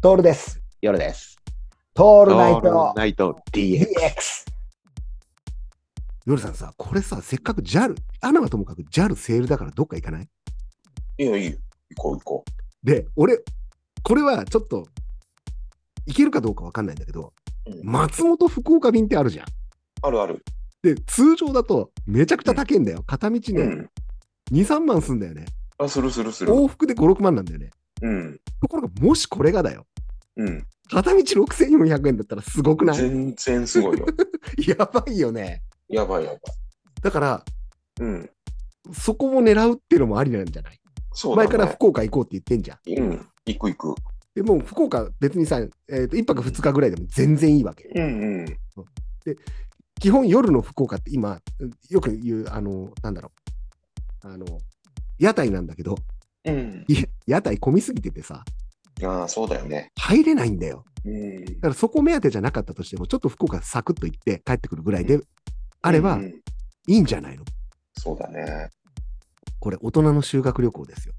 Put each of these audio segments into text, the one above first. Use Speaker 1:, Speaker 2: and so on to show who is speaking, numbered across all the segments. Speaker 1: トールです。
Speaker 2: 夜です。
Speaker 1: ト
Speaker 2: オ
Speaker 1: ールナイト
Speaker 2: ナイト DX。
Speaker 1: DX。
Speaker 3: 夜さんさ、これさ、せっかく JAL、アナはともかく JAL セールだからどっか行かない
Speaker 2: いいよいいよ。行こう行こ
Speaker 3: で、俺、これはちょっと、行けるかどうかわかんないんだけど、
Speaker 2: うん
Speaker 3: 松本福岡便ってあるじゃん。
Speaker 2: う。あるある。
Speaker 3: で、通常だとめちゃくちゃ高いんだよ。片道ね、
Speaker 2: うん。
Speaker 3: 2、3万すんだよね。
Speaker 2: あ、するするする。
Speaker 3: 往復で5、6万なんだよね。
Speaker 2: うん。
Speaker 3: ところが、もしこれがだよ。
Speaker 2: うん。
Speaker 3: 片道6400円だったらすごくない
Speaker 2: 全然すごいよ。
Speaker 3: やばいよね。
Speaker 2: やばいやばい。
Speaker 3: だから、
Speaker 2: うん。
Speaker 3: そこも狙うっていうのもありなんじゃない、
Speaker 2: そうだ
Speaker 3: 前
Speaker 2: ね。
Speaker 3: から福岡行こうって言ってんじゃん。
Speaker 2: うん。行く行く。
Speaker 3: でもう福岡別にさ、えーと1泊2日ぐらいでも全然いいわけ。
Speaker 2: うんうん。
Speaker 3: 基本夜の福岡って今、うんよく言う、あの、なんだろう。あの、屋台なんだけど、
Speaker 2: うん。
Speaker 3: い屋台混みすぎててさ、
Speaker 2: ああ、そうだよね。
Speaker 3: 入れないんだよ。
Speaker 2: うん。
Speaker 3: だからそこ目当てじゃなかったとしても、ちょっと福岡サクッと行って帰ってくるぐらいであれば
Speaker 2: うんうん
Speaker 3: いいんじゃないの
Speaker 2: そうだね。
Speaker 3: これ大人の修学旅行ですよ。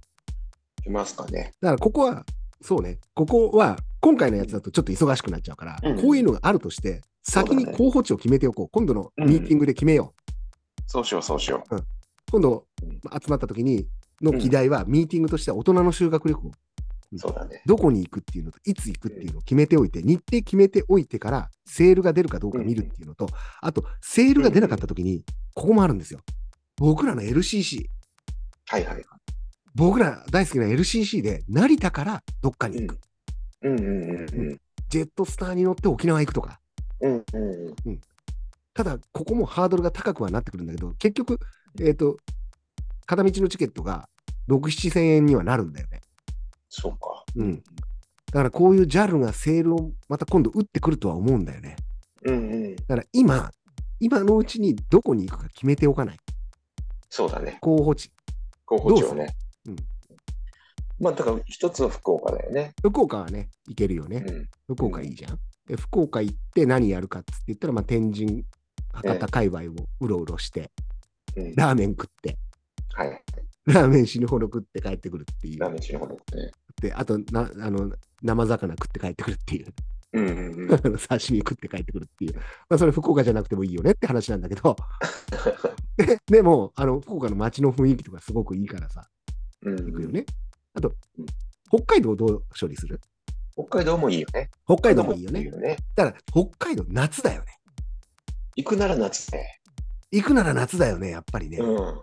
Speaker 2: いますかね。
Speaker 3: だからここは、そうね、ここは今回のやつだとちょっと忙しくなっちゃうから、
Speaker 2: うん
Speaker 3: こういうのがあるとして、先に
Speaker 2: そうだね
Speaker 3: 候補地を決めておこう。今度のミーティングで決めよ
Speaker 2: そうしようそうしよ
Speaker 3: う。今度
Speaker 2: うん
Speaker 3: まあ集まった時にの議題は、ミーティングとしては大人の修学旅行、
Speaker 2: う。そうだね。
Speaker 3: どこに行くっていうのと、いつ行くっていうのを決めておいて、日程決めておいてから、セールが出るかどうか見るっていうのと、あと、セールが出なかった時に、ここもあるんですよ。僕らの LCC、
Speaker 2: はいはい。
Speaker 3: 僕ら大好きな LCC で、成田からどっかに行く。
Speaker 2: うんうんうん
Speaker 3: ジェットスターに乗って沖縄行くとか。
Speaker 2: うん。うんうんうん。
Speaker 3: ただ、ここもハードルが高くはなってくるんだけど、結局、えっ、と、片道のチケットが6、7千円にはなるんだよね。
Speaker 2: そうか。
Speaker 3: うん。だから、こういう JAL がセールをまた今度打ってくるとは思うんだよね。
Speaker 2: うんうん。
Speaker 3: だから今、今のうちにどこに行くか決めておかない。
Speaker 2: そうだね。
Speaker 3: 候補地。
Speaker 2: 候補地
Speaker 3: どう
Speaker 2: をね。
Speaker 3: するうん
Speaker 2: まあ、だから一つは福岡だよね。
Speaker 3: 福岡はね、行けるよね。
Speaker 2: うん。
Speaker 3: 福岡いいじゃん。で、福岡行って何やるかっつって言ったら、まあ、天神、博多界隈をうろうろして、
Speaker 2: うん、
Speaker 3: ラーメン食って、
Speaker 2: はい。
Speaker 3: ラーメン死ぬほど食って帰ってくるっていう
Speaker 2: ラー。メンしのことね。
Speaker 3: で、あとな、あの、生魚食って帰ってくるっていう。
Speaker 2: うんうん うん。
Speaker 3: あの刺身食って帰ってくるっていう。まあ、それ福岡じゃなくてもいいよねって話なんだけど。 ででも、あの、福岡の街の雰囲気とかすごくいいからさ、
Speaker 2: うん
Speaker 3: 行
Speaker 2: う
Speaker 3: くよ
Speaker 2: ん
Speaker 3: ね。あと
Speaker 2: うん、
Speaker 3: 北海道どう処理する
Speaker 2: 北海道もいいよね。
Speaker 3: 北海道もいいよね。
Speaker 2: ね。
Speaker 3: だから、北海道夏だよね。
Speaker 2: 行くなら夏ね。
Speaker 3: 行くなら夏だよね、やっぱりね。
Speaker 2: うん。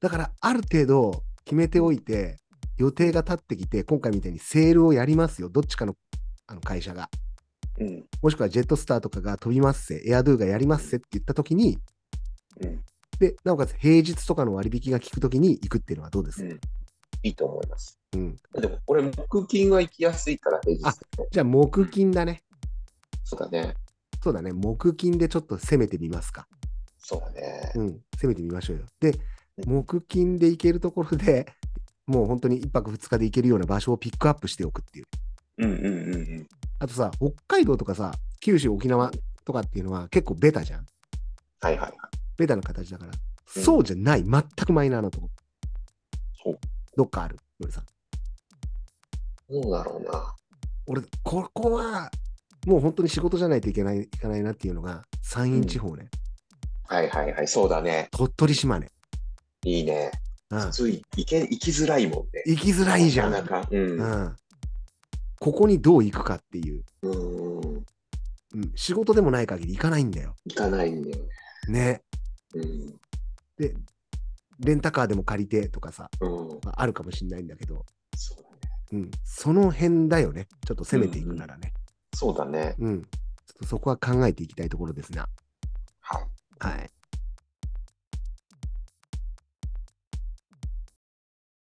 Speaker 3: だから、ある程度決めておいて、予定が立ってきて、今回みたいにセールをやりますよ。どっちかのあの会社が。
Speaker 2: うん。
Speaker 3: もしくはジェットスターとかが飛びますせ、エアドゥがやりますせって言ったときに、
Speaker 2: うん
Speaker 3: で、なおかつ平日とかの割引が効くときに行くっていうのはどうです、
Speaker 2: うん。いいと思います。
Speaker 3: うん
Speaker 2: でも、俺、木金は行きやすいから、平日
Speaker 3: あじゃあ、木金だね。
Speaker 2: そうだね。
Speaker 3: そうだね。木金でちょっと攻めてみますか。
Speaker 2: そうだね。
Speaker 3: うん。攻めてみましょうよ。で、
Speaker 2: う
Speaker 3: 木金で行けるところで、もう本当に1泊2日で行けるような場所をピックアップしておくっていう。
Speaker 2: うんうんうんうん。
Speaker 3: あとさ、北海道とかさ、九州、沖縄とかっていうのは結構ベタじゃん。
Speaker 2: はいはいはい。
Speaker 3: ベタな形だから。
Speaker 2: うん
Speaker 3: そうじゃない、全くマイナーなとこ。
Speaker 2: そう。
Speaker 3: どっかある、よりさん。
Speaker 2: どうだろうな。
Speaker 3: 俺、ここは、もう本当に仕事じゃないといけない、いかないなっていうのが、山陰地方ね、
Speaker 2: はいはいはい。そうだね。
Speaker 3: 鳥取島根、
Speaker 2: いいね。
Speaker 3: うん。
Speaker 2: 普
Speaker 3: 行
Speaker 2: 通、行け、行きづらいもんね。
Speaker 3: きづらいじゃん。
Speaker 2: なかなか。うん。
Speaker 3: うん。ここにどう行くかっていう、
Speaker 2: うん。
Speaker 3: うん、仕事でもない限り行かないんだよ。
Speaker 2: 行かないんだよね。
Speaker 3: ね。
Speaker 2: うん。
Speaker 3: レンタカーでも借りてとかさ、
Speaker 2: うん。
Speaker 3: まああるかもしれないんだけど、
Speaker 2: そうだね。
Speaker 3: うん。その辺だよね。ちょっと攻めていくならね。
Speaker 2: そうだね。
Speaker 3: うん。ちょっとそこは考えていきたいところですな。
Speaker 2: はい。
Speaker 3: はい。